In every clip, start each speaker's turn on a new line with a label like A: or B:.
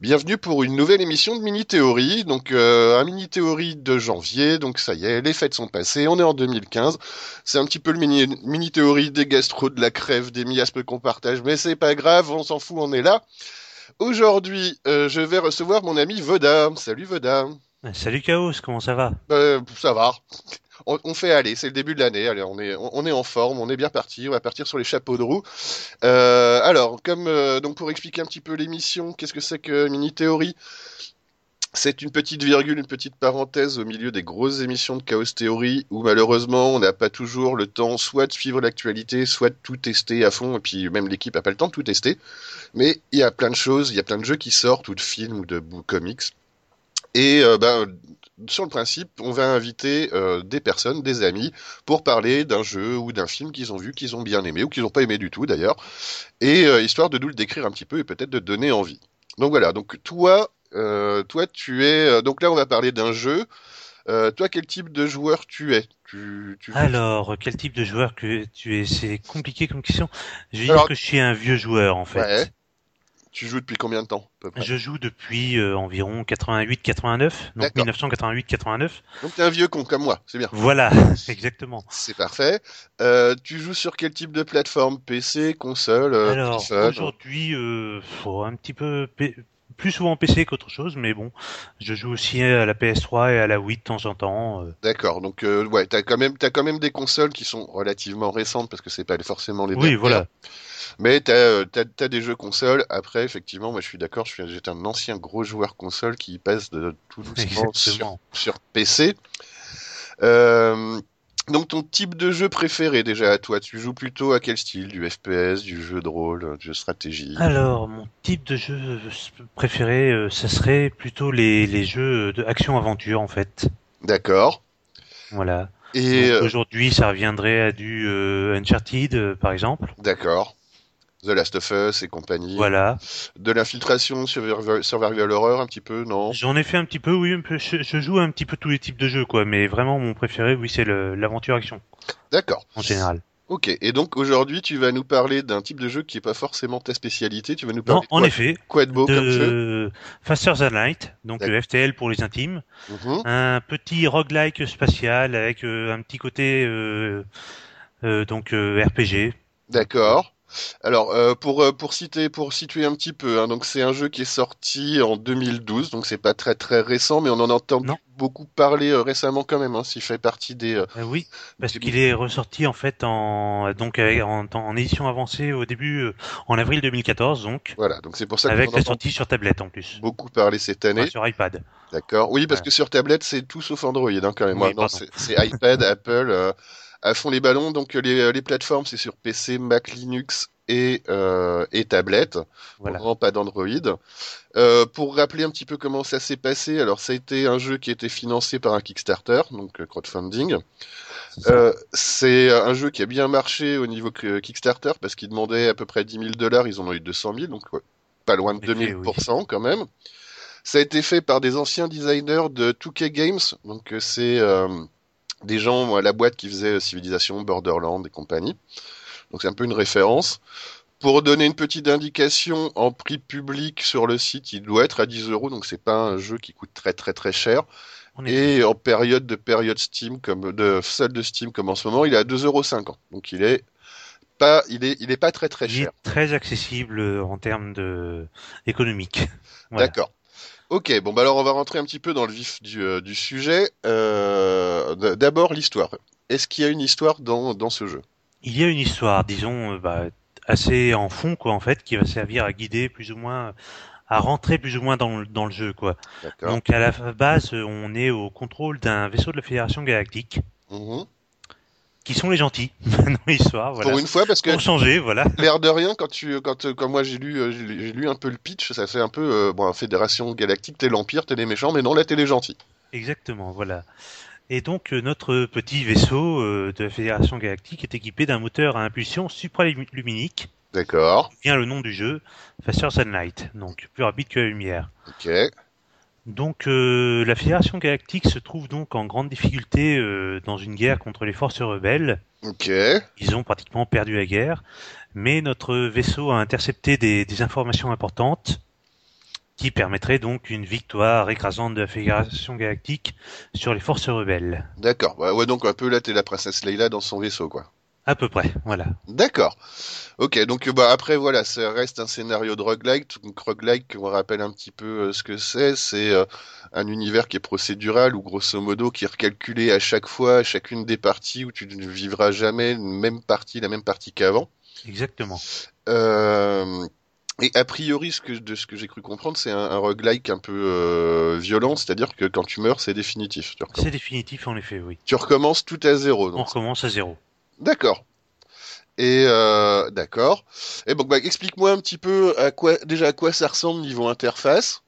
A: Bienvenue pour une nouvelle émission de Mini Théorie. Donc euh, un Mini Théorie de janvier, donc ça y est, les fêtes sont passées, on est en 2015. C'est un petit peu le Mini, mini Théorie des gastro, de la crève, des miasmes qu'on partage, mais c'est pas grave, on s'en fout, on est là. Aujourd'hui, euh, je vais recevoir mon ami Voda. Salut Voda.
B: Ah, Salut Chaos, comment ça va
A: Euh, ça va. On, on fait aller, c'est le début de l'année. Allez, on est, on, on est en forme, on est bien parti. On va partir sur les chapeaux de roue. Euh, alors, comme euh, donc pour expliquer un petit peu l'émission, qu'est-ce que c'est que Mini Théorie C'est une petite virgule, une petite parenthèse au milieu des grosses émissions de Chaos Theory où malheureusement on n'a pas toujours le temps soit de suivre l'actualité, soit de tout tester à fond. Et puis même l'équipe n'a pas le temps de tout tester. Mais il y a plein de choses, il y a plein de jeux qui sortent ou de films ou de bou- comics. Et euh, ben, sur le principe, on va inviter euh, des personnes, des amis, pour parler d'un jeu ou d'un film qu'ils ont vu, qu'ils ont bien aimé ou qu'ils n'ont pas aimé du tout d'ailleurs, et euh, histoire de nous le décrire un petit peu et peut-être de donner envie. Donc voilà. Donc toi, euh, toi tu es. euh, donc là, on va parler d'un jeu. Euh, toi, quel type de joueur tu es tu, tu-
B: Alors, quel type de joueur que tu es C'est compliqué comme question. Je vais
A: Alors-
B: dire que je suis un vieux joueur en fait.
A: Ouais. tu joues depuis combien de temps à peu près
B: Je joue depuis euh, environ 88-89, donc
A: D'accord.
B: 1988-89.
A: Donc t'es un vieux con comme moi, c'est bien.
B: Voilà, exactement.
A: C'est parfait. Euh, tu joues sur quel type de plateforme PC, console, euh,
B: Alors
A: téléphone
B: aujourd'hui, euh, faut un petit peu P- plus souvent PC qu'autre chose, mais bon, je joue aussi à la PS3 et à la Wii de temps en temps. euh.
A: D'accord, donc euh, ouais, t'as quand même t'as quand même des consoles qui sont relativement récentes parce que c'est pas forcément les
B: Oui,
A: dernières.
B: voilà.
A: Mais t'as euh, t'as t'as des jeux consoles. Après, effectivement, moi je suis d'accord, je suis j'étais un ancien gros joueur console qui passe de tout doucement sur
B: Exactement.
A: sur PC. Euh, donc ton type de jeu préféré déjà à toi, tu joues plutôt à quel style Du FPS, du jeu de rôle, du jeu stratégie
B: Alors, mon type de jeu préféré, euh, ça serait plutôt les, les jeux euh, de action-aventure en fait.
A: D'accord.
B: Voilà.
A: Et
B: Donc,
A: euh,
B: Aujourd'hui, ça reviendrait à du euh, Uncharted, euh, par exemple.
A: d'accord. The Last of Us et compagnie.
B: Voilà.
A: De l'infiltration, survival, survival horror un petit peu, non
B: J'en ai fait un petit peu, oui. un peu. Je, je joue un petit peu tous les types de jeux, quoi. Mais vraiment, mon préféré, oui, c'est le- l'aventure action
A: D'accord.
B: en général.
A: Ok. Et donc aujourd'hui, tu vas nous parler d'un type de jeu qui est pas forcément ta spécialité. Tu vas nous
B: Non,
A: parler de
B: en
A: quoi-
B: effet,
A: quoi de beau comme jeu
B: de Faster Than Light, donc le FTL pour les intimes.
A: Mhm.
B: un petit roguelike spatial avec euh, un petit côté euh, euh, donc euh, RPG.
A: D'accord. Alors euh, pour euh, pour citer pour situer un petit peu, hein, donc c'est un jeu qui est sorti en 2012, donc c'est pas très très récent, mais on en entend
B: Non.
A: beaucoup parler euh, récemment quand même. Hein, S'il fait partie des euh,
B: Euh, oui, parce
A: des-
B: qu'il est ressorti en fait en donc avec- en, en édition avancée au début euh, en avril 2014 donc
A: voilà, donc c'est pour ça qu'on
B: avec
A: en
B: la
A: entend
B: sortie sur tablette en plus
A: beaucoup parler cette
B: Enfin,
A: année.
B: sur iPad.
A: D'accord. Oui, parce
B: Voilà.
A: que sur tablette, c'est tout sauf Android, hein, quand même.
B: Oui,
A: Ouais, non,
B: pardon.
A: c'est c'est iPad, Apple, euh, à fond les ballons. Donc euh, les, euh, les plateformes, c'est sur PC, Mac, Linux et, euh, et tablette. Pour
B: Voilà.
A: le moment, pas d'Android. Euh, pour rappeler un petit peu comment ça s'est passé, alors ça a été un jeu qui a été financé par un Kickstarter, donc euh, crowdfunding. Euh, c'est euh, un jeu qui a bien marché au niveau que- Kickstarter parce qu'il demandait à peu près 10 000 dollars, ils en ont eu 200 000, donc ouais, pas loin de
B: En effet,
A: 2000 quand même. Ça a été fait par des anciens designers de 2K Games, donc euh, c'est euh, des gens à la boîte qui faisaient euh, Civilization, Borderland et compagnie. Donc c'est un peu une référence. Pour donner une petite indication, en prix public sur le site, il doit être à 10 euros, donc c'est pas un jeu qui coûte très très très cher.
B: En effet.
A: Et en période de période Steam comme de salle de Steam comme en ce moment, il est à 2,50€. Donc il est pas il est il est pas très très
B: Il est
A: cher.
B: très accessible euh, en termes de économique. Voilà.
A: D'accord. Ok, bon bah alors on va rentrer un petit peu dans le vif du, euh, du sujet. Euh, d- D'abord l'histoire. Est-ce qu'il y a une histoire dans, dans ce jeu
B: Il y a une histoire, disons, euh, bah, assez en fond, quoi, en fait, qui va servir à guider plus ou moins, à rentrer plus ou moins dans le, dans le jeu, quoi.
A: D'accord.
B: Donc, à la f- base, euh, on est au contrôle d'un vaisseau de la Fédération Galactique,
A: Mhm.
B: qui sont les gentils, dans l'histoire, voilà.
A: Pour une fois, parce que
B: Pour changer, voilà.
A: l'air de rien, quand tu quand, euh, quand moi j'ai lu euh, j'ai lu j'ai lu un peu le pitch, ça fait un peu euh, bon Fédération Galactique, t'es l'Empire, t'es les méchants, mais non là t'es les gentils.
B: Exactement, voilà. Et donc, euh, notre petit vaisseau euh, de la Fédération Galactique est équipé d'un moteur à impulsion supraluminique,
A: D'accord.
B: bien le nom du jeu, Faster Than Light, donc plus rapide que la lumière.
A: Ok.
B: Donc euh, la Fédération Galactique se trouve donc en grande difficulté euh, dans une guerre contre les forces rebelles.
A: Ok.
B: Ils ont pratiquement perdu la guerre, mais notre vaisseau a intercepté des, des informations importantes qui permettrait donc une victoire écrasante de la Fédération Galactique sur les forces rebelles.
A: D'accord. Bah Ouais, ouais, donc un peu là, t'es la princesse Leila dans son vaisseau, quoi.
B: À peu près, voilà.
A: D'accord. Ok, donc bah, après, voilà, ça reste un scénario de roguelike. Donc roguelike, on rappelle un petit peu euh, ce que c'est. C'est euh, un univers qui est procédural, ou grosso modo, qui est recalculé à chaque fois, à chacune des parties, où tu ne vivras jamais une même partie, la même partie qu'avant.
B: Exactement.
A: Euh, et a priori, ce que, de ce que j'ai cru comprendre, c'est un, un roguelike un peu euh, violent, c'est-à-dire que quand tu meurs, c'est définitif. Tu recommences.
B: C'est définitif en effet, oui.
A: Tu recommences tout à zéro.
B: On
A: Donc.
B: recommence à zéro.
A: D'accord. Et euh, d'accord. Et donc, bah, explique-moi un petit peu à quoi, déjà à quoi ça ressemble niveau interface.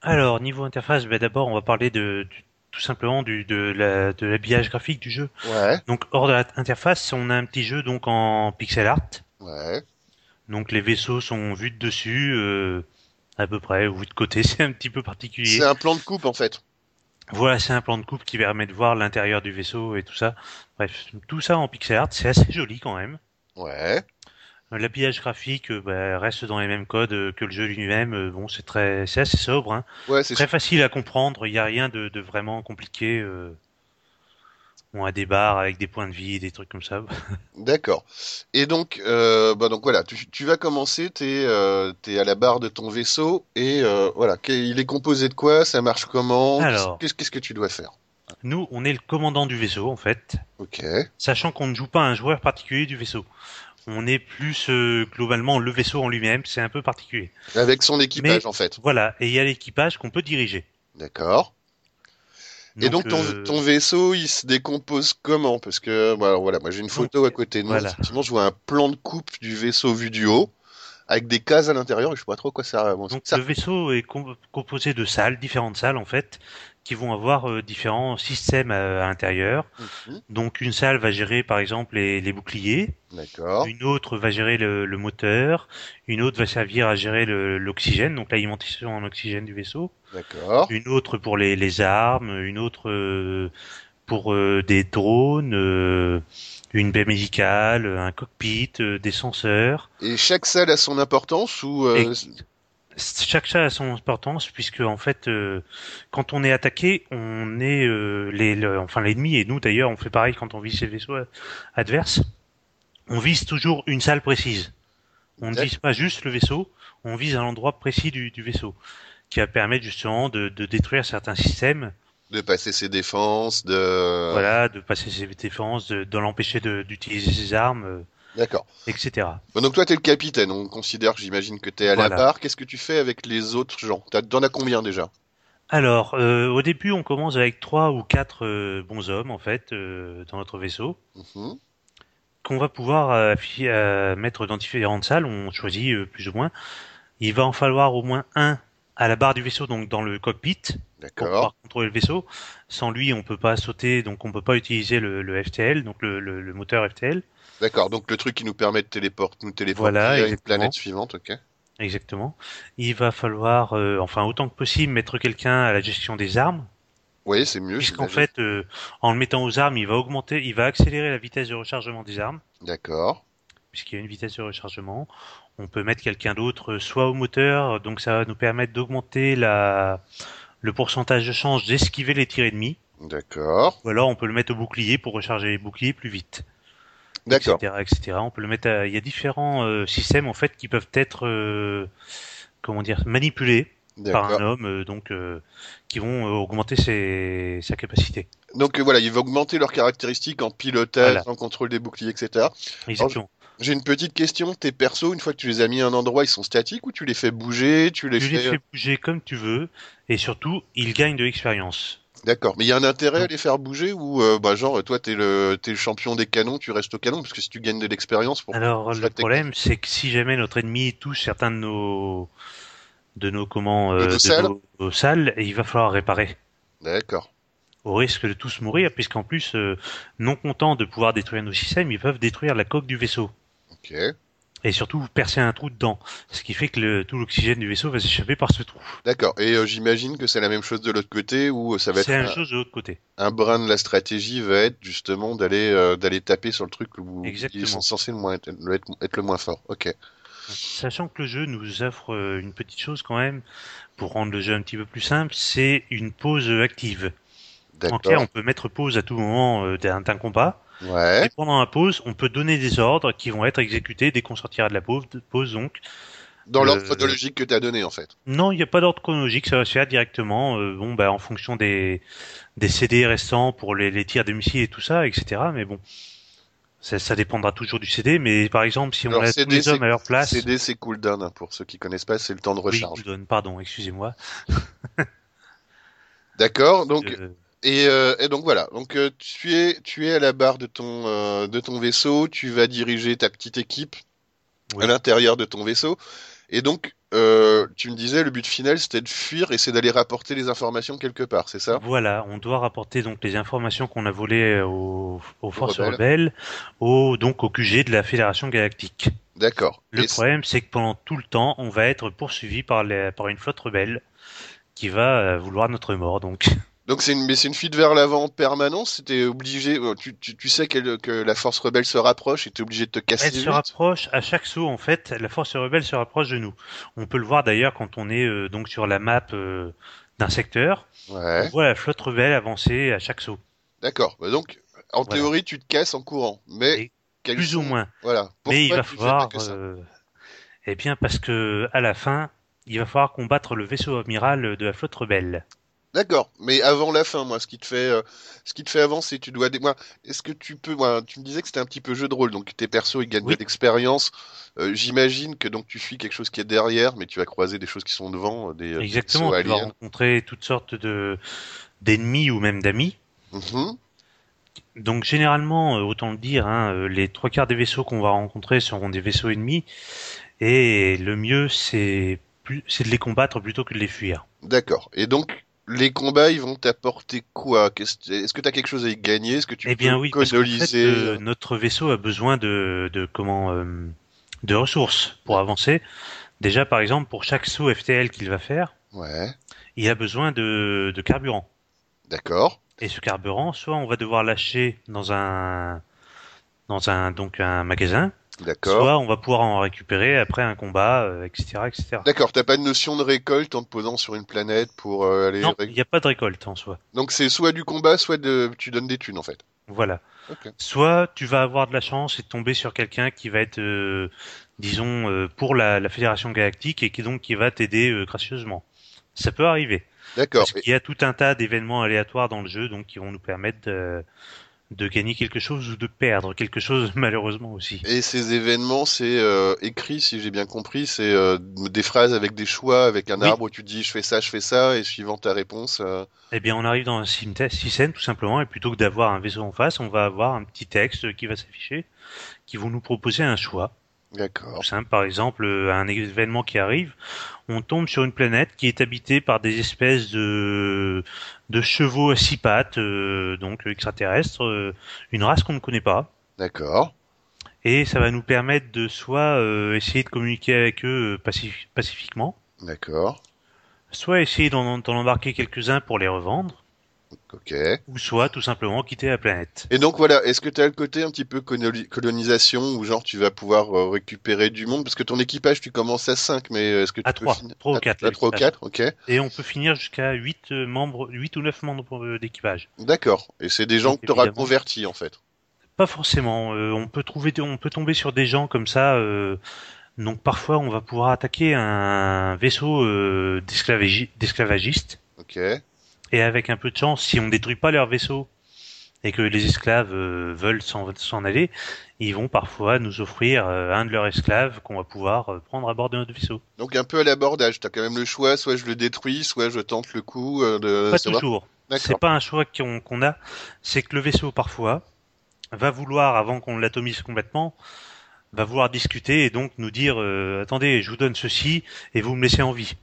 B: Alors, niveau interface, ben d'abord, on va parler de, du- tout simplement du, de la- de l'habillage graphique du jeu.
A: Ouais.
B: Donc, hors de l'interface, on a un petit jeu donc en pixel art.
A: Ouais.
B: Donc, les vaisseaux sont vus de dessus, euh, à peu près, ou vus de côté, c'est un petit peu particulier.
A: C'est un plan de coupe en fait.
B: Voilà, c'est un plan de coupe qui permet de voir l'intérieur du vaisseau et tout ça. Bref, tout ça en pixel art, c'est assez joli quand même.
A: Ouais.
B: Euh, L'habillage graphique euh, bah, reste dans les mêmes codes euh, que le jeu lui-même. Euh, Bon, c'est très, c'est assez sobre, hein.
A: Ouais, c'est
B: très facile à comprendre. Il n'y a rien de, de vraiment compliqué. Euh... Bon, à des barres avec des points de vie, des trucs comme ça.
A: D'accord. Et donc, euh, bah donc voilà, tu, tu vas commencer, t'es euh, t'es à la barre de ton vaisseau et euh, voilà, qu'est- il est composé de quoi, ça marche comment,
B: Alors.
A: qu'est-ce qu'est-ce que tu dois faire
B: Nous, on est le commandant du vaisseau en fait,
A: Ok.
B: sachant qu'on ne joue pas un joueur particulier du vaisseau. On est plus euh, globalement le vaisseau en lui-même. C'est un peu particulier.
A: Avec son équipage
B: Mais-
A: en fait.
B: Voilà, et il y a l'équipage qu'on peut diriger.
A: D'accord. Et donc ton,
B: euh,
A: ton vaisseau, il se décompose comment Parce que voilà, voilà, moi j'ai une photo à côté de moi.
B: voilà.
A: Effectivement, je vois un plan de coupe du vaisseau vu du haut avec des cases à l'intérieur. et Je sais pas trop quoi ça. bon,
B: Donc
A: ça-
B: le vaisseau est com- composé de salles, différentes salles en fait, qui vont avoir euh, différents systèmes euh, à l'intérieur.
A: Mhm.
B: Donc une salle va gérer par exemple les, les boucliers,
A: D'accord.
B: une autre va gérer le, le moteur, une autre va servir à gérer le- l'oxygène, donc l'alimentation en oxygène du vaisseau,
A: D'accord.
B: une autre pour les, les armes, une autre euh, pour euh, des drones, euh, une baie médicale, un cockpit, euh, des senseurs.
A: Et chaque salle a son importance ou euh,
B: chaque chat a son importance puisque en fait euh, quand on est attaqué on est euh, les le- enfin l'ennemi et nous d'ailleurs on fait pareil quand on vise ses vaisseaux euh, adverses on vise toujours une salle précise on ne
A: Exact.
B: vise pas juste le vaisseau on vise un endroit précis du, du vaisseau qui va permettre justement de, de détruire certains systèmes
A: de passer ses défenses, de
B: voilà de passer ses défenses de, de l'empêcher de- d'utiliser ses armes euh,
A: D'accord.
B: etc
A: Bon, donc toi, t'es le capitaine. On considère, j'imagine, que t'es à la
B: Voilà.
A: barre. Qu'est-ce que tu fais avec les autres gens T'as- T'en as combien déjà
B: alors euh, au début on commence avec trois ou quatre euh, bons hommes en fait euh, dans notre vaisseau
A: Mhm.
B: qu'on va pouvoir euh, affi- euh, mettre dans différentes salles, on choisit euh, plus ou moins. Il va en falloir au moins un à la barre du vaisseau, donc dans le cockpit, pour
A: D'accord.
B: pouvoir contrôler le vaisseau. Sans lui, on peut pas sauter, donc on peut pas utiliser le, le FTL, donc le, le- le moteur FTL,
A: D'accord. Donc le truc qui nous permet de téléporter, nous téléporter
B: Voilà,
A: à une
B: exactement.
A: planète suivante, ok
B: exactement. Il va falloir, euh, enfin autant que possible, mettre quelqu'un à la gestion des armes,
A: Oui, c'est mieux.
B: puisqu'en
A: j'imagine.
B: fait, euh, en le mettant aux armes, il va augmenter, il va accélérer la vitesse de rechargement des armes.
A: D'accord.
B: puisqu'il y a une vitesse de rechargement. On peut mettre quelqu'un d'autre euh, soit au moteur, donc ça va nous permettre d'augmenter la... le pourcentage de chance d'esquiver les tirs ennemis,
A: D'accord.
B: ou alors on peut le mettre au bouclier pour recharger les boucliers plus vite,
A: D'accord.
B: etc., etc. On peut le mettre à... Il y a différents euh, systèmes en fait qui peuvent être euh, comment dire manipulés par un
A: D'accord.
B: homme, euh, donc euh, qui vont euh, augmenter ses... sa capacité.
A: Donc euh, voilà, il va augmenter leurs caractéristiques en pilotage,
B: Voilà.
A: en contrôle des boucliers, etc.
B: Exactement.
A: J'ai une petite question. Tes persos, une fois que tu les as mis à un endroit, ils sont statiques ou tu les fais bouger Tu les
B: Tu les
A: fais.
B: fais bouger comme tu veux, et surtout, ils gagnent de l'expérience.
A: euh, D'accord, mais il y a un intérêt à
B: Non.
A: les faire bouger ou euh, bah genre toi t'es le t'es le champion des canons, tu restes au canon parce que si tu gagnes de l'expérience pour
B: Alors
A: c'est
B: le
A: la technique.
B: problème, c'est que si jamais notre ennemi touche certains de nos de nos comment
A: De
B: euh,
A: nos salles.
B: nos, nos salles, il va falloir réparer
A: D'accord.
B: au risque de tous mourir, puisqu'en plus, euh, non content de pouvoir détruire nos systèmes, ils peuvent détruire la coque du vaisseau
A: OK.
B: et surtout percer un trou dedans, ce qui fait que le, tout l'oxygène du vaisseau va s'échapper par ce trou.
A: D'accord. Et euh, j'imagine que c'est la même chose de l'autre côté où euh, ça va être
B: C'est la
A: un,
B: même chose de l'autre côté.
A: un brin de la stratégie va être justement d'aller euh, d'aller taper sur le truc où
B: Exactement.
A: ils sont censés le moins être, le être- être le moins fort. OK.
B: Sachant que le jeu nous offre euh, une petite chose quand même, pour rendre le jeu un petit peu plus simple, c'est une pause active. En clair, on peut mettre pause à tout moment euh, d'un d'un combat.
A: Ouais.
B: Et pendant la pause, on peut donner des ordres qui vont être exécutés dès qu'on sortira de la pause, pause donc.
A: Dans l'ordre
B: Euh,
A: chronologique que t'as donné, en fait.
B: Non, il n'y a pas d'ordre chronologique, ça va se faire directement. euh, bon, bah, en fonction des, des CD restants pour les, les tirs de missiles et tout ça, etc. Mais bon, ça, ça dépendra toujours du CD. Mais par exemple, si on
A: Alors,
B: a
A: CD,
B: tous les hommes
A: c'est-
B: à leur place,
A: CD, c'est cooldown, hein, pour ceux qui connaissent pas, c'est le temps de
B: oui,
A: recharge.
B: Goulden, pardon, excusez-moi.
A: D'accord, donc
B: Euh,
A: et, euh, et donc voilà, donc euh, tu es tu es à la barre de ton euh, de ton vaisseau, tu vas diriger ta petite équipe
B: Oui.
A: à l'intérieur de ton vaisseau, et donc euh, tu me disais le but final c'était de fuir et c'est d'aller rapporter les informations quelque part, c'est ça
B: Voilà, on doit rapporter donc les informations qu'on a volées euh, aux, aux forces
A: rebelles.
B: rebelles, au, donc au QG de la Fédération Galactique.
A: D'accord.
B: Le
A: Et c-
B: problème, c'est que pendant tout le temps, on va être poursuivi par, les, par une flotte rebelle qui va euh, vouloir notre mort. Donc,
A: donc c'est une mais c'est une fuite vers l'avant en permanence, c'était obligé, euh, tu, tu, tu sais qu'elle- que la force rebelle se rapproche et t'es obligé de te casser
B: elle se
A: vite.
B: rapproche à chaque saut. En fait, la force rebelle se rapproche de nous. On peut le voir d'ailleurs quand on est euh, donc sur la map euh, d'un secteur. On
A: Ouais.
B: voit la flotte rebelle avancer à chaque saut,
A: D'accord. Bah Donc en
B: Voilà.
A: théorie tu te casses en courant, mais
B: Et
A: quels
B: plus ou
A: sont-
B: moins.
A: Voilà.
B: Mais il
A: Pourquoi
B: va
A: tu fais
B: falloir,
A: que ça
B: euh, eh bien, parce que à la fin, il va falloir combattre le vaisseau amiral de la flotte rebelle.
A: D'accord, mais avant la fin, moi, ce qui te fait, euh, ce qui te fait avancer, tu dois. dé- Moi, est-ce que tu peux. Moi, tu me disais que c'était un petit peu jeu de rôle, donc tes persos ils gagnent
B: Oui.
A: de l'expérience. Euh, J'imagine que donc tu fuis quelque chose qui est derrière, mais tu vas croiser des choses qui sont devant, euh, des euh,
B: Exactement.
A: vaisseaux
B: Tu vas
A: aliens.
B: rencontrer toutes sortes de d'ennemis ou même d'amis.
A: Mhm.
B: Donc généralement, euh, autant le dire, hein, euh, les trois quarts des vaisseaux qu'on va rencontrer seront des vaisseaux ennemis, et le mieux c'est plus- c'est de les combattre plutôt que de les fuir.
A: D'accord. Et donc les combats, ils vont t'apporter quoi Qu'est-ce- Est-ce que tu as quelque chose à y gagner Est-ce que tu
B: eh
A: peux hein.
B: bien oui, parce qu'en fait,
A: coloniser
B: euh, notre vaisseau a besoin de, de comment euh, de ressources pour avancer. Déjà, par exemple, pour chaque saut FTL qu'il va faire,
A: Ouais.
B: il a besoin de, de carburant.
A: D'accord.
B: Et ce carburant, soit on va devoir lâcher dans un dans un donc un magasin,
A: D'accord.
B: soit on va pouvoir en récupérer après un combat, euh, etc., etc.
A: D'accord. T'as pas de notion de récolte en te posant sur une planète pour euh, aller.
B: Non,
A: ré-
B: il n'y a pas de récolte en soi.
A: Donc c'est soit du combat, soit de... tu donnes des thunes en fait.
B: Voilà.
A: Ok.
B: Soit tu vas avoir de la chance et tomber sur quelqu'un qui va être, euh, disons, euh, pour la, la Fédération Galactique et qui donc qui va t'aider euh, gracieusement. Ça peut arriver.
A: D'accord.
B: Parce qu'il y a tout un tas d'événements aléatoires dans le jeu donc qui vont nous permettre de, de gagner quelque chose ou de perdre quelque chose malheureusement aussi.
A: Et ces événements, c'est euh, écrit, si j'ai bien compris, c'est euh, des phrases avec des choix, avec un
B: Oui.
A: arbre où tu dis je fais ça, je fais ça, et suivant ta réponse. euh,
B: Eh bien on arrive dans un système tout simplement et plutôt que d'avoir un vaisseau en face on va avoir un petit texte qui va s'afficher qui vont nous proposer un choix.
A: D'accord.
B: tout simple. Par exemple, euh, un événement qui arrive, on tombe sur une planète qui est habitée par des espèces de, de chevaux à six pattes, euh, donc extraterrestres, euh, une race qu'on ne connaît pas.
A: D'accord.
B: Et ça va nous permettre de soit euh, essayer de communiquer avec eux euh, pacif- pacifiquement,
A: D'accord.
B: soit essayer d'en d'en embarquer quelques-uns pour les revendre,
A: Ok. Et
B: ou soit tout simplement quitter la planète.
A: donc voilà, est-ce que tu as le côté un petit peu coloni- colonisation, où genre tu vas pouvoir euh, récupérer du monde Parce que ton équipage, tu commences à 5, mais euh, est-ce que tu
B: À
A: peux
B: trois.
A: finir
B: Trois ou
A: à-
B: quatre,
A: À 3 ou
B: l'équipage.
A: 4, ok.
B: Et on peut finir jusqu'à huit euh, membres, huit ou neuf membres euh, d'équipage.
A: D'accord. Et c'est des gens
B: Donc,
A: que tu auras
B: évidemment.
A: convertis en fait.
B: Pas forcément. euh, on peut trouver, on peut tomber sur des gens comme ça. euh, donc parfois, on va pouvoir attaquer un vaisseau euh, d'esclavagi- d'esclavagistes.
A: Ok.
B: Et avec un peu de chance, si on détruit pas leur vaisseau et que les esclaves euh, veulent s'en s'en aller, ils vont parfois nous offrir euh, un de leurs esclaves qu'on va pouvoir euh, prendre à bord de notre vaisseau.
A: Donc un peu à l'abordage, t'as quand même le choix, soit je le détruis, soit je tente le coup euh, de
B: pas
A: savoir.
B: toujours. C'est
A: D'accord.
B: pas un choix qu'on qu'on a. C'est que le vaisseau parfois va vouloir, avant qu'on l'atomise complètement, va vouloir discuter et donc nous dire euh, attendez, je vous donne ceci et vous me laissez en vie.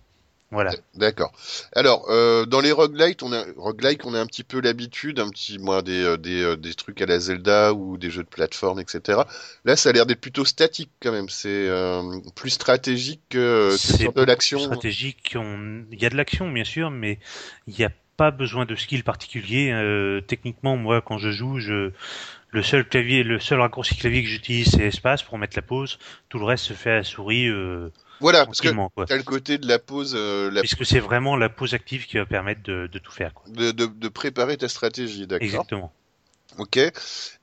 B: Voilà.
A: D'accord. Alors, euh, dans les roguelites, on a roguelike, on a un petit peu l'habitude, un petit moi des, euh, des, euh, des trucs à la Zelda ou des jeux de plateforme, etc. Là, ça a l'air d'être plutôt statique quand même. C'est euh, plus stratégique que, que
B: C'est
A: sur de
B: beaucoup plus
A: l'action.
B: stratégique. On... Il y a de l'action bien sûr, mais il n'y a pas besoin de skill particulier. Euh, techniquement, moi, quand je joue, je Le seul clavier, le seul raccourci clavier que j'utilise, c'est espace pour mettre la pause. Tout le reste se fait à la souris. Euh,
A: Voilà, Ah, parce que
B: tranquillement, quoi.
A: t'as le côté de la pause, euh, la-
B: Puisque c'est vraiment la pause active qui va permettre de, de tout faire. Quoi.
A: de, de- de préparer ta stratégie, d'accord
B: Exactement.
A: Ok. Et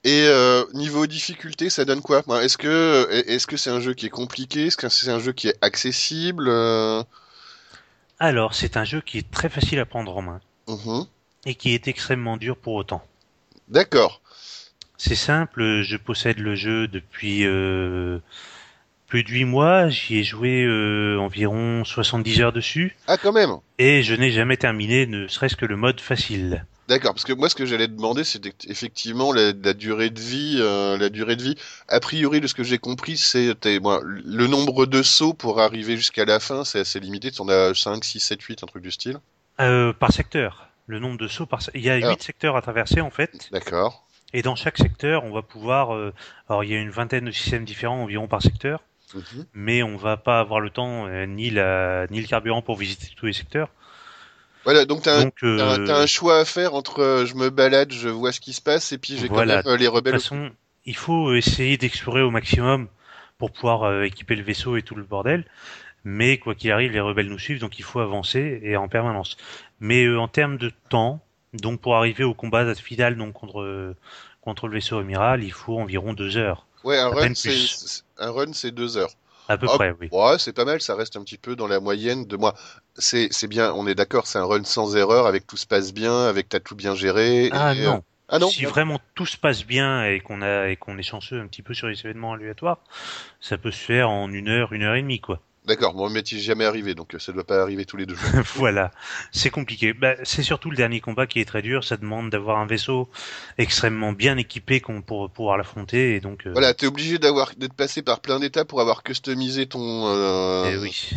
A: euh, niveau difficulté, ça donne quoi Enfin, Est-ce que euh, est-ce que c'est un jeu qui est compliqué Est-ce que c'est un jeu qui est accessible Euh,
B: Alors, c'est un jeu qui est très facile à prendre en main
A: mhm.
B: et qui est extrêmement dur pour autant.
A: D'accord.
B: C'est simple, je possède le jeu depuis euh, plus de 8 mois, j'y ai joué euh, environ 70 heures dessus,
A: Ah, quand même.
B: et je n'ai jamais terminé ne serait-ce que le mode facile.
A: D'accord, parce que moi, ce que j'allais demander, c'était effectivement la, la durée de vie. euh, la durée de vie. A priori, de ce que j'ai compris, c'était moi le nombre de sauts pour arriver jusqu'à la fin, c'est assez limité. T'en as 5, 6, 7, 8, un truc du style.
B: Euh, par secteur, le nombre de sauts par... se- Il y a
A: Ah.
B: 8 secteurs à traverser en fait,
A: D'accord.
B: et dans chaque secteur, on va pouvoir... euh, Alors, il y a une vingtaine de systèmes différents environ par secteur,
A: Mhm.
B: mais on va pas avoir le temps euh, ni, la... ni le carburant pour visiter tous les secteurs.
A: Voilà, donc t'as un,
B: Donc, euh,
A: t'as un- t'as un choix à faire entre euh, je me balade, je vois ce qui se passe, et puis j'ai
B: Voilà.
A: quand même euh, les
B: De
A: rebelles.
B: toute façon, il faut essayer d'explorer au maximum pour pouvoir euh, équiper le vaisseau et tout le bordel. Mais quoi qu'il arrive, les rebelles nous suivent, donc il faut avancer et en permanence. Mais euh, en termes de temps, donc pour arriver au combat final donc contre euh, contre le vaisseau amiral, il faut environ deux heures,
A: Ouais, un
B: à
A: run,
B: peine
A: c'est
B: plus.
A: c'est- un run, c'est deux heures.
B: à peu
A: Hop.
B: près, oui.
A: Ouais, c'est pas mal, ça reste un petit peu dans la moyenne de moi. C'est c'est bien, on est d'accord, c'est un run sans erreur, avec tout se passe bien, avec t'as tout bien géré.
B: Ah
A: et, euh,
B: non.
A: Ah non.
B: si vraiment tout se passe bien et qu'on a et qu'on est chanceux un petit peu sur les événements aléatoires, ça peut se faire en une heure, une heure et demie, quoi.
A: D'accord, mon métier jamais arrivé, donc euh, ça doit pas arriver tous les deux jours.
B: Voilà, c'est compliqué. Bah, c'est surtout le dernier combat qui est très dur. Ça demande d'avoir un vaisseau extrêmement bien équipé qu'on- pour pouvoir l'affronter. Et donc, euh,
A: Voilà, t'es obligé d'avoir d'être passé par plein d'étapes pour avoir customisé ton. euh,
B: eh oui.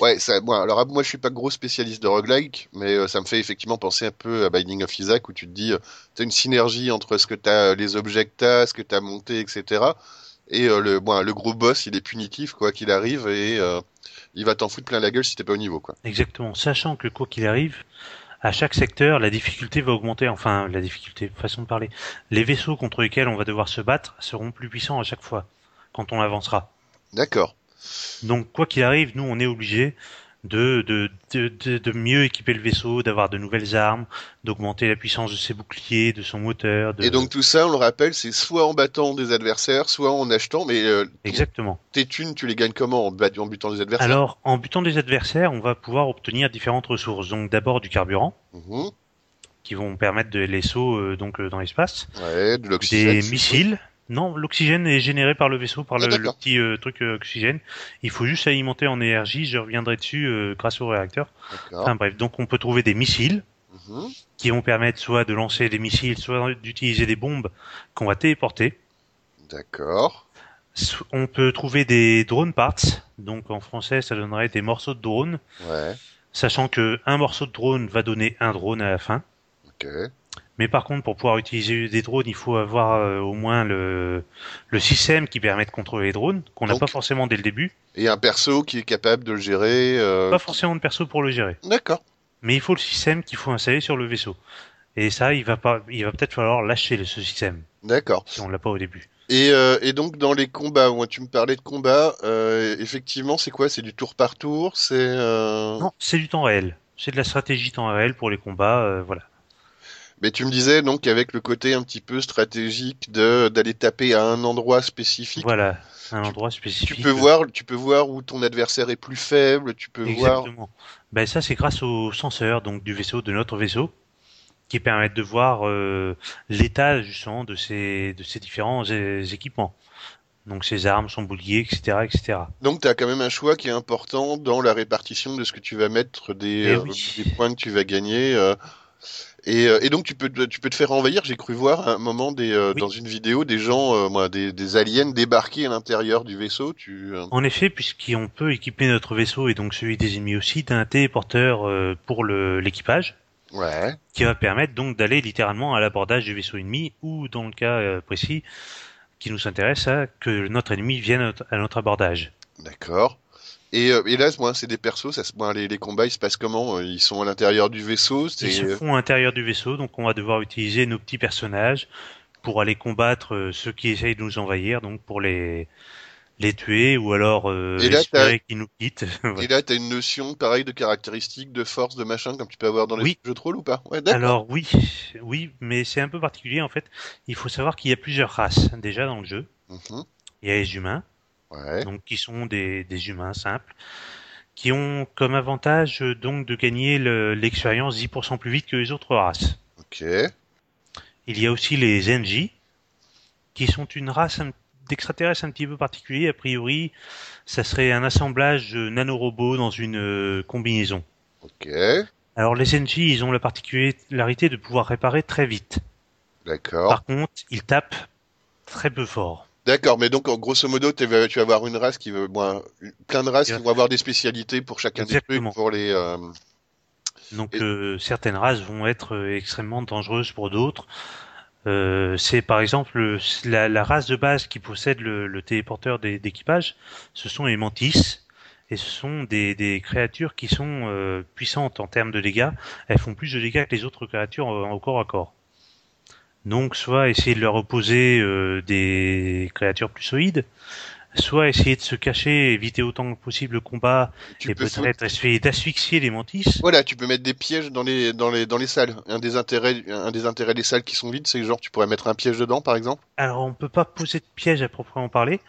A: Ouais, ça. Moi, alors moi, je suis pas gros spécialiste de roguelike, mais euh, ça me fait effectivement penser un peu à Binding of Isaac où tu te dis, euh, t'as une synergie entre ce que t'as, les objets que t'as, ce que t'as monté, etc. Et euh, le, bon, le gros boss, il est punitif quoi qu'il arrive et euh, il va t'en foutre plein la gueule si t'es pas au niveau quoi.
B: exactement. Sachant que quoi qu'il arrive, à chaque secteur, la difficulté va augmenter. Enfin, la difficulté, façon de parler. Les vaisseaux contre lesquels on va devoir se battre seront plus puissants à chaque fois quand on avancera.
A: D'accord.
B: Donc, quoi qu'il arrive, nous, on est obligé de, de, de, de, de mieux équiper le vaisseau, d'avoir de nouvelles armes, d'augmenter la puissance de ses boucliers, de son moteur. De...
A: Et donc tout ça, on le rappelle, c'est soit en battant des adversaires, soit en achetant, mais euh,
B: Exactement.
A: tes thunes, tu les gagnes comment en, bat- en butant des adversaires
B: Alors, en butant des adversaires, on va pouvoir obtenir différentes ressources. Donc, d'abord du carburant,
A: Mhm.
B: qui vont permettre de les sauts euh, donc euh, dans l'espace.
A: Ouais, de l'oxygène.
B: Des
A: je
B: missiles. Non, l'oxygène est généré par le vaisseau, par
A: Ah,
B: le, le
A: d'accord.
B: petit euh, truc euh, oxygène. Il faut juste alimenter en énergie. Je reviendrai dessus euh, grâce au réacteur.
A: suppose. D'accord.
B: Enfin bref, donc on peut trouver des missiles
A: Mhm.
B: qui vont permettre soit de lancer des missiles, soit d'utiliser des bombes qu'on va téléporter.
A: D'accord.
B: So- On peut trouver des drone parts. Donc en français, ça donnerait des morceaux de drone.
A: Ouais.
B: sachant que un morceau de drone va donner un drone à la fin.
A: Ok.
B: Mais par contre, pour pouvoir utiliser des drones, il faut avoir euh, au moins le, le système qui permet de contrôler les drones, qu'on n'a
A: Donc-
B: pas forcément dès le début,
A: Et un perso qui est capable de le gérer. euh,
B: pas forcément de perso pour le gérer.
A: D'accord.
B: Mais il faut le système qu'il faut installer sur le vaisseau. Et ça, il va pas, il va peut-être falloir lâcher le- ce système
A: D'accord.
B: si on l'a pas au début.
A: Et, euh, et donc dans les combats, moi tu me parlais de combats, euh, effectivement c'est quoi C'est du tour par tour C'est euh,
B: Non, c'est du temps réel, c'est de la stratégie temps réel pour les combats, euh, voilà.
A: Mais tu me disais donc avec le côté un petit peu stratégique de d'aller taper à un endroit spécifique.
B: Voilà, un
A: Tu-
B: endroit
A: Tu
B: spécifique. euh.
A: peux voir, tu peux voir où ton adversaire est plus faible. Tu peux voir.
B: Exactement. Ben ça c'est grâce aux senseurs donc du vaisseau de notre vaisseau qui permettent de voir euh, l'état justement de ces de ces différents euh, équipements. Donc ses armes, son boulier, etc., etc.
A: Donc tu as quand même un choix qui est important dans la répartition de ce que tu vas mettre des,
B: Eh
A: euh,
B: oui.
A: des points que tu vas gagner. euh, et, euh, et donc tu peux te- tu peux te faire envahir. J'ai cru voir à un moment des euh,
B: Oui.
A: dans une vidéo des gens, euh, moi, des, des aliens débarquer à l'intérieur du vaisseau. Tu euh,
B: En effet, puisqu'on peut équiper notre vaisseau et donc celui des ennemis aussi d'un téléporteur euh, pour le- l'équipage
A: ouais.
B: qui va permettre donc d'aller littéralement à l'abordage du vaisseau ennemi ou dans le cas euh, précis qui nous intéresse à que notre ennemi vienne à notre- à notre abordage.
A: D'accord. Et, euh, et là, moi, c'est des persos. Ça, se- moi, les, les combats, ils se passent comment? euh, Ils sont à l'intérieur du vaisseau.
B: Ils
A: C'est euh,
B: se font à l'intérieur du vaisseau, donc on va devoir utiliser nos petits personnages pour aller combattre euh, ceux qui essayent de nous envahir, donc pour les les tuer ou alors euh,
A: Et là,
B: espérer qu'ils nous quittent.
A: euh, Et
B: Voilà.
A: là, t'as une notion, pareil, de caractéristiques, de force, de machin, comme tu peux avoir dans les
B: Oui.
A: jeux de rôle ou pas Ouais, d'accord.
B: Alors oui, oui, mais c'est un peu particulier en fait. Il faut savoir qu'il y a plusieurs races déjà dans le jeu.
A: Mhm.
B: Il y a les humains,
A: Ouais.
B: donc qui sont des, des humains simples, qui ont comme avantage euh, donc de gagner le- l'expérience 10% plus vite que les autres races.
A: Ok.
B: Il y a aussi les NJ, qui sont une race un- d'extraterrestres un petit peu particulier. A priori, ça serait un assemblage de nanorobots dans une euh, combinaison.
A: Ok.
B: Alors les NJ, ils ont la particularité de pouvoir réparer très vite.
A: D'accord.
B: Par contre, ils tapent très peu fort.
A: D'accord, mais donc en grosso modo, t'es- tu vas avoir une race qui veut, bon, un- plein de races qui vont avoir des spécialités pour chacun des
B: Exactement.
A: trucs, pour les. euh,
B: Donc
A: Et-
B: euh, certaines races vont être euh, extrêmement dangereuses pour d'autres. Euh, c'est par exemple euh, la, la race de base qui possède le, le téléporteur des- d'équipage, ce sont les mantis. Et ce sont des, des créatures qui sont euh, puissantes en termes de dégâts. Elles font plus de dégâts que les autres créatures euh, au corps à corps. Donc soit essayer de leur opposer euh, des créatures plus solides, soit essayer de se cacher, éviter autant que possible le combat
A: tu
B: et
A: peux foutre-
B: peut-être essayer d'asphyxier les mantis.
A: Voilà, tu peux mettre des pièges dans les dans les dans les salles. Un des intérêts un des intérêts des salles qui sont vides, c'est que genre tu pourrais mettre un piège dedans par exemple.
B: Alors, on peut pas poser de piège à proprement parler,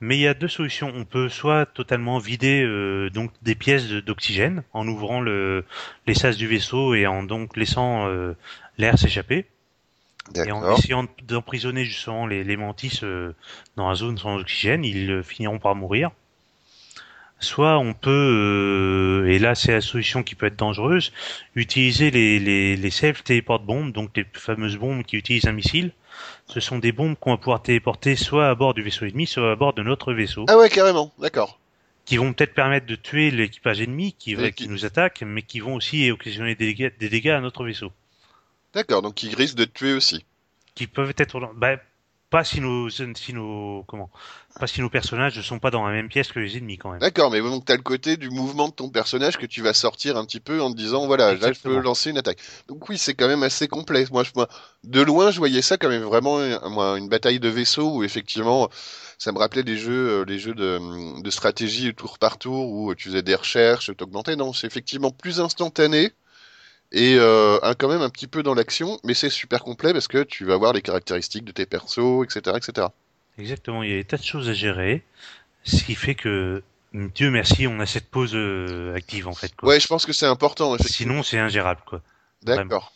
B: mais il y a deux solutions. On peut soit totalement vider euh, donc des pièces de- d'oxygène en ouvrant le, les sas du vaisseau et en donc laissant euh, l'air s'échapper et en
A: D'accord.
B: essayant d'emprisonner justement les, les mantis euh, dans la zone sans oxygène, ils euh, finiront par mourir. Soit on peut, euh, et là c'est la solution qui peut être dangereuse, utiliser les, les, les self-téléport-bombes, donc les fameuses bombes qui utilisent un missile. Ce sont des bombes qu'on va pouvoir téléporter soit à bord du vaisseau ennemi, soit à bord de notre vaisseau,
A: Ah ouais, carrément. D'accord.
B: qui vont peut-être permettre de tuer l'équipage ennemi qui,
A: Et qui-
B: qui nous attaque, mais qui vont aussi occasionner des dégâts, des dégâts à notre vaisseau.
A: D'accord, donc ils risquent de te tuer aussi.
B: qui peuvent être bah, pas si nos si nos comment pas si nos personnages ne sont pas dans la même pièce que les ennemis quand même.
A: D'accord, mais donc t'as le côté du mouvement de ton personnage que tu vas sortir un petit peu en te disant voilà, là je
B: Exactement.
A: peux lancer une attaque. Donc oui, c'est quand même assez complexe. Moi, je, moi, de loin, je voyais ça comme vraiment euh, moi, une bataille de vaisseaux où effectivement, ça me rappelait des jeux, euh, les jeux de, hum, de stratégie tour par tour où tu faisais des recherches, t'augmentais. Non, c'est effectivement plus instantané et euh, un- quand même un petit peu dans l'action, mais c'est super complet parce que tu vas voir les caractéristiques de tes persos, etc., etc.
B: Exactement, il y a des tas de choses à gérer, ce qui fait que Dieu merci, on a cette pause euh, active en fait quoi.
A: Ouais, je pense que c'est important. effectivement.
B: Sinon c'est ingérable quoi.
A: D'accord.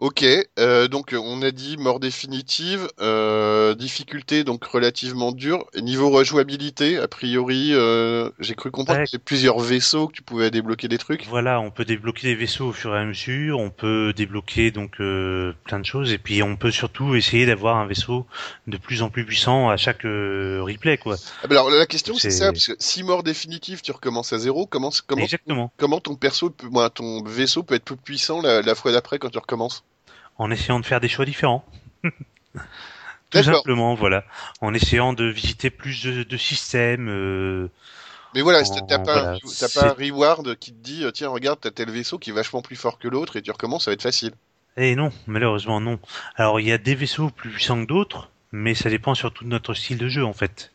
A: Ok, euh, donc euh, on a dit mort définitive, euh, difficulté donc relativement dure. Et Niveau rejouabilité, a priori, euh, j'ai cru comprendre
B: Ouais.
A: qu'il y avait plusieurs vaisseaux que tu pouvais débloquer des trucs.
B: Voilà, on peut débloquer des vaisseaux au fur et à mesure, on peut débloquer donc euh, plein de choses et puis on peut surtout essayer d'avoir un vaisseau de plus en plus puissant à chaque euh, replay quoi.
A: Ah, bah alors la question c'est
B: C'est-
A: ça, parce que si mort définitive, tu recommences à zéro, comment comment
B: Exactement.
A: comment ton perso peut, moi, ton vaisseau peut être plus puissant la, la fois d'après quand tu recommences?
B: En essayant de faire des choix différents. Tout
A: D'accord.
B: simplement, voilà. En essayant de visiter plus de, de systèmes. euh,
A: Mais voilà,
B: en-
A: c'est- t'as pas, un
B: voilà.
A: re- t'as pas un reward qui te dit euh, tiens regarde t'as tel vaisseau qui est vachement plus fort que l'autre et tu recommences, ça va être facile.
B: Et non, malheureusement non. Alors il y a des vaisseaux plus puissants que d'autres, mais ça dépend surtout de notre style de jeu en fait.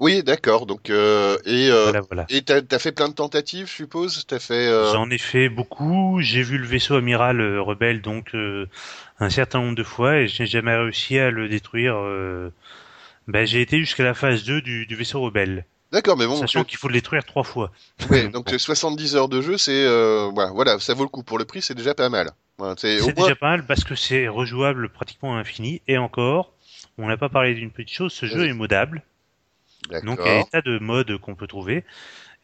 A: Oui, d'accord. Donc euh, et euh,
B: Voilà, voilà.
A: Et t'as, t'as fait plein de tentatives, je suppose? T'as fait... euh,
B: J'en ai fait beaucoup. J'ai vu le vaisseau amiral euh, rebelle donc euh, un certain nombre de fois et je n'ai jamais réussi à le détruire. euh. Ben, j'ai été jusqu'à la phase 2 du, du vaisseau rebelle,
A: D'accord, mais bon,
B: sachant qu'il faut le détruire trois fois.
A: que- ouais, donc euh, 70 heures de jeu, c'est... euh, voilà, voilà, ça vaut le coup. Pour le prix, c'est déjà pas mal. Voilà, c'est, au
B: C'est
A: moins-
B: déjà pas mal parce que c'est rejouable pratiquement à l'infini. Et encore, on n'a pas parlé d'une petite chose, ce jeu
A: Vas-y.
B: est modable.
A: D'accord.
B: Donc il y a des tas de modes qu'on peut trouver.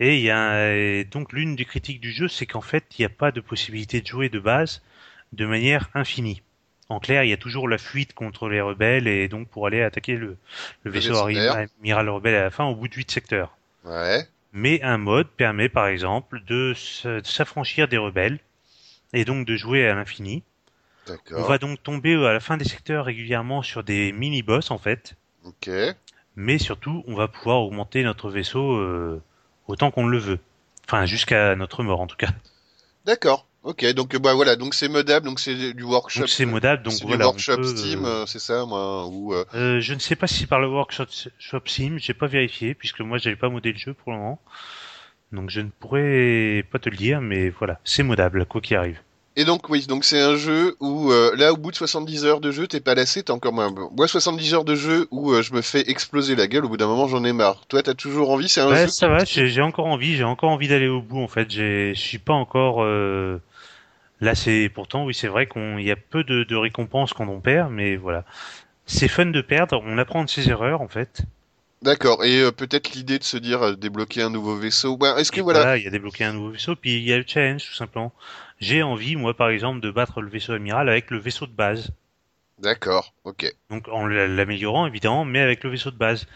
B: Et il y a et donc l'une des critiques du jeu, c'est qu'en fait, il n'y a pas de possibilité de jouer de base de manière infinie. En clair, il y a toujours la fuite contre les rebelles et donc pour aller attaquer le, le vaisseau
A: vaisseau d'air.
B: arri- amiral rebelle à la fin au bout de 8 secteurs.
A: Ouais.
B: Mais un mode permet par exemple de se- de s'affranchir des rebelles et donc de jouer à l'infini. On
A: D'accord.
B: va donc tomber euh, à la fin des secteurs régulièrement sur des mini-boss en fait,
A: Ok.
B: mais surtout on va pouvoir augmenter notre vaisseau euh, autant qu'on le veut. Enfin, jusqu'à notre mort en tout cas.
A: D'accord. Ok, donc bah voilà, donc c'est modable, donc c'est du workshop. euh,
B: Donc c'est modable, donc
A: c'est du
B: voilà. on
A: workshop
B: peut,
A: Steam,
B: euh,
A: euh, c'est ça, moi, ou euh,
B: euh, je ne sais pas si par le workshop shop Sim, j'ai pas vérifié puisque moi j'avais pas modé le jeu pour le moment. Donc je ne pourrais pas te le dire, mais voilà, c'est modable quoi qu'il arrive.
A: Et donc oui, donc c'est un jeu où euh, là au bout de 70 heures de jeu, t'es pas lassé, t'es encore moins bon. Moi 70 heures de jeu où euh, je me fais exploser la gueule, au bout d'un moment j'en ai marre. Toi t'as toujours envie, c'est un
B: Ouais,
A: jeu
B: ça va, j'ai j'ai encore envie, j'ai encore envie d'aller au bout en fait. J'ai- Je suis pas encore. euh, Là, c'est pourtant, oui, c'est vrai qu'on il y a peu de, de récompenses quand on perd, mais voilà. C'est fun de perdre, on apprend de ses erreurs en fait.
A: D'accord, et euh, peut-être l'idée de se dire euh, débloquer un nouveau vaisseau. Ben, est-ce que
B: Et
A: voilà,
B: voilà, il y a débloqué un nouveau vaisseau, puis il y a le challenge tout simplement. J'ai envie, moi par exemple, de battre le vaisseau amiral avec le vaisseau de base.
A: D'accord, ok.
B: Donc en l'améliorant évidemment, mais avec le vaisseau de base.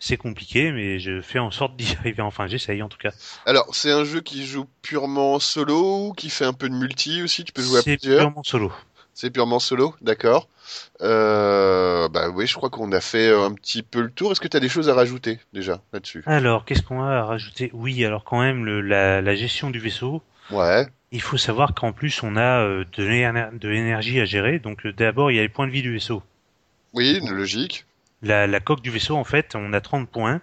B: C'est compliqué, mais je fais en sorte d'y arriver. Enfin, j'essaye en tout cas.
A: Alors c'est un jeu qui joue purement solo, qui fait un peu de multi aussi, tu peux jouer à
B: C'est
A: plusieurs.
B: purement solo.
A: C'est purement solo, d'accord. Euh, bah oui, je crois qu'on a fait euh, un petit peu le tour. Est-ce que t'as des choses à rajouter déjà là-dessus?
B: Alors, qu'est-ce qu'on a à rajouter Oui, alors quand même, le, la, la gestion du vaisseau.
A: Ouais.
B: Il faut savoir qu'en plus, on a euh, de l'éner- de l'énergie à gérer. Donc, euh, d'abord, il y a les points de vie du vaisseau.
A: Oui, logique.
B: La, la coque du vaisseau, en fait, on a 30 points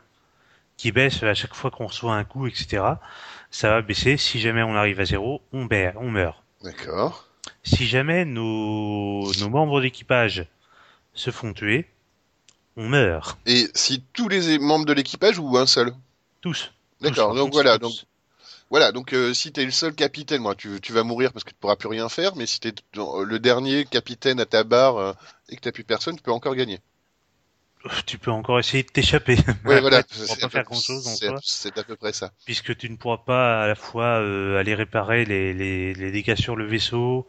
B: qui baissent à chaque fois qu'on reçoit un coup, etc. Ça va baisser. Si jamais on arrive à zéro, on, perd, on meurt.
A: D'accord.
B: Si jamais nos, nos membres d'équipage se font tuer, on meurt.
A: Et si tous les membres de l'équipage ou un seul?
B: Tous. Tous,
A: D'accord,
B: par
A: donc
B: contre,
A: voilà,
B: tous.
A: donc voilà, donc euh, si t'es le seul capitaine, moi, tu, tu vas mourir parce que tu pourras plus rien faire, mais si t'es dans- euh, le dernier capitaine à ta barre euh, et que t'as plus personne, tu peux encore gagner.
B: Ouf, Tu peux encore essayer de t'échapper.
A: Ouais, voilà,
B: tu pourras pas
A: à peu-
B: faire grand-chose en
A: c'est à-
B: soi.
A: c'est à peu près ça.
B: puisque tu ne pourras pas à la fois euh, aller réparer les, les, les dégâts sur le vaisseau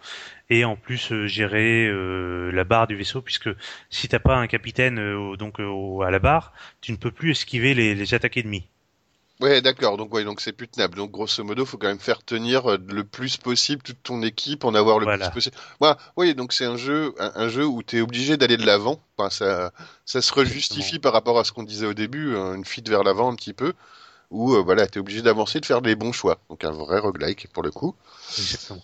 B: et en plus euh, gérer euh, la barre du vaisseau, puisque si t'as pas un capitaine euh, au- donc euh, au- à la barre, tu ne peux plus esquiver les, les attaques ennemies.
A: Ouais, d'accord. Donc ouais, donc c'est plus tenable. Donc grosso modo, faut quand même faire tenir euh, le plus possible toute ton équipe, en avoir le
B: Voilà.
A: plus possible. Voilà. Oui, donc c'est un jeu, un, un jeu où t'es obligé d'aller de l'avant. Enfin, ça, ça se rejustifie par rapport à ce qu'on disait au début, hein, une fuite vers l'avant un petit peu. Où euh, voilà, t'es obligé d'avancer, de faire des bons choix. Donc un vrai roguelike pour le coup.
B: Exactement.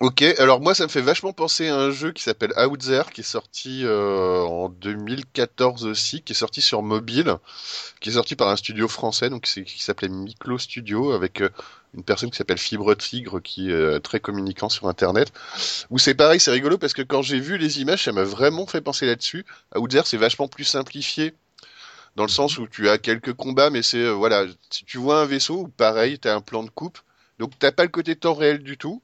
A: Ok. Alors moi, ça me fait vachement penser à un jeu qui s'appelle Outzer, qui est sorti euh, en 2014 aussi, qui est sorti sur mobile qui est sorti par un studio français, donc c'est- qui s'appelait Miclo Studio, avec euh, une personne qui s'appelle Fibre Tigre, qui est euh, très communicant sur Internet. Où c'est pareil, c'est rigolo parce que quand j'ai vu les images, ça m'a vraiment fait penser là-dessus. À Outzer, c'est vachement plus simplifié. Dans le sens où tu as quelques combats, mais c'est euh, voilà, si tu vois un vaisseau, pareil, t'as un plan de coupe, donc t'as pas le côté temps réel du tout.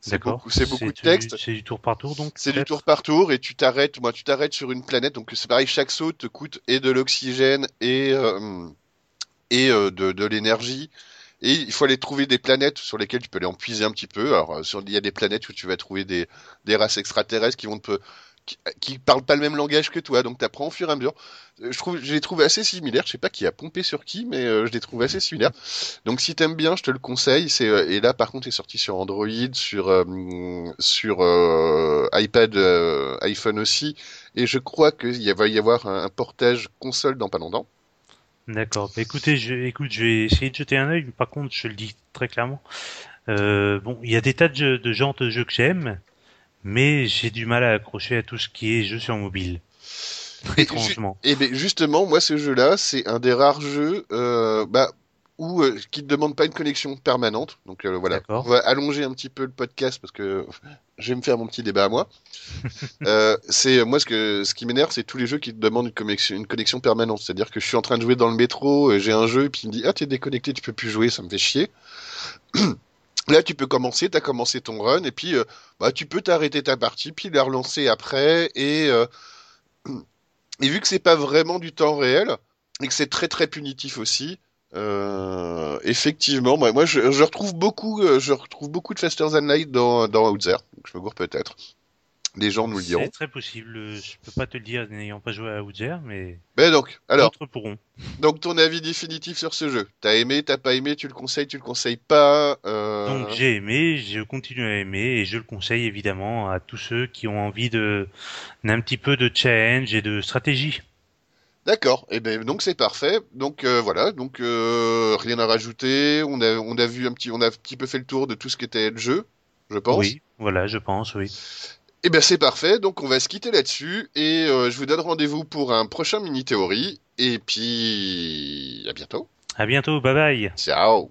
A: C'est
B: D'accord.
A: beaucoup, c'est beaucoup de
B: du-
A: texte.
B: C'est du tour par tour donc. euh,
A: C'est du
B: peut-être
A: tour par tour et tu t'arrêtes, moi tu t'arrêtes sur une planète, donc c'est pareil, chaque saut te coûte et de l'oxygène et, euh, et euh, de, de l'énergie. Et il faut aller trouver des planètes sur lesquelles tu peux aller en puiser un petit peu. Alors, euh, sur, il y a des planètes où tu vas trouver des, des races extraterrestres qui vont te, qui, qui parlent pas le même langage que toi, donc t'apprends au fur et à mesure. Euh, Je trouve, je les trouve assez similaires. Je sais pas qui a pompé sur qui, mais euh, je les trouve assez similaires. Donc si t'aimes bien, je te le conseille. C'est euh, et là par contre, c'est sorti sur Android, sur euh, mm, sur euh, iPad, euh, iPhone aussi. Et je crois qu'il y a- va y avoir un, un portage console dans pas longtemps.
B: D'accord. Bah, écoutez, je, écoute, je vais essayer de jeter un œil. mais Par contre, je le dis très clairement. Euh, bon, il y a des tas de, jeux- de genres de jeux que j'aime, mais j'ai du mal à accrocher à tout ce qui est jeu sur mobile. Étrangement.
A: Et ben justement, moi ce jeu-là, c'est un des rares jeux euh, bah, où euh, qui ne demande pas une connexion permanente. Donc euh, voilà, on
B: D'accord.
A: va allonger un petit peu le podcast parce que je vais me faire mon petit débat à moi. Euh, c'est moi ce que ce qui m'énerve, c'est tous les jeux qui te demandent une connexion, une connexion permanente. C'est-à-dire que je suis en train de jouer dans le métro, euh, j'ai un jeu, et puis il me dit ah t'es déconnecté, tu peux plus jouer, ça me fait chier. Là, tu peux commencer, t'as commencé ton run, et puis euh, bah tu peux t'arrêter ta partie, puis la relancer après, et euh, et vu que c'est pas vraiment du temps réel et que c'est très très punitif aussi, euh, effectivement, moi, moi je, je retrouve beaucoup, euh, je retrouve beaucoup de Faster Than Light dans dans Outzer. Donc je me gourre peut-être. Les gens nous le diront.
B: C'est très possible, euh, je peux pas te le dire n'ayant pas joué à Outzer, mais
A: Mais donc, alors.
B: d'autres pourront.
A: Donc ton avis définitif sur ce jeu. T'as aimé, t'as pas aimé, tu le conseilles, tu le conseilles pas. euh,
B: Donc j'ai aimé, je continue à aimer et je le conseille évidemment à tous ceux qui ont envie de d'un petit peu de challenge et de stratégie.
A: D'accord. Et ben donc c'est parfait. Donc euh, voilà. Donc euh, rien à rajouter. On a on a vu un petit on a un petit peu fait le tour de tout ce qu'était le jeu. je pense.
B: Oui, voilà, je pense, oui.
A: Eh bien, c'est parfait. Donc, on va se quitter là-dessus. Et euh, je vous donne rendez-vous pour un prochain mini théorie. Et puis, à bientôt.
B: À bientôt, bye bye.
A: Ciao.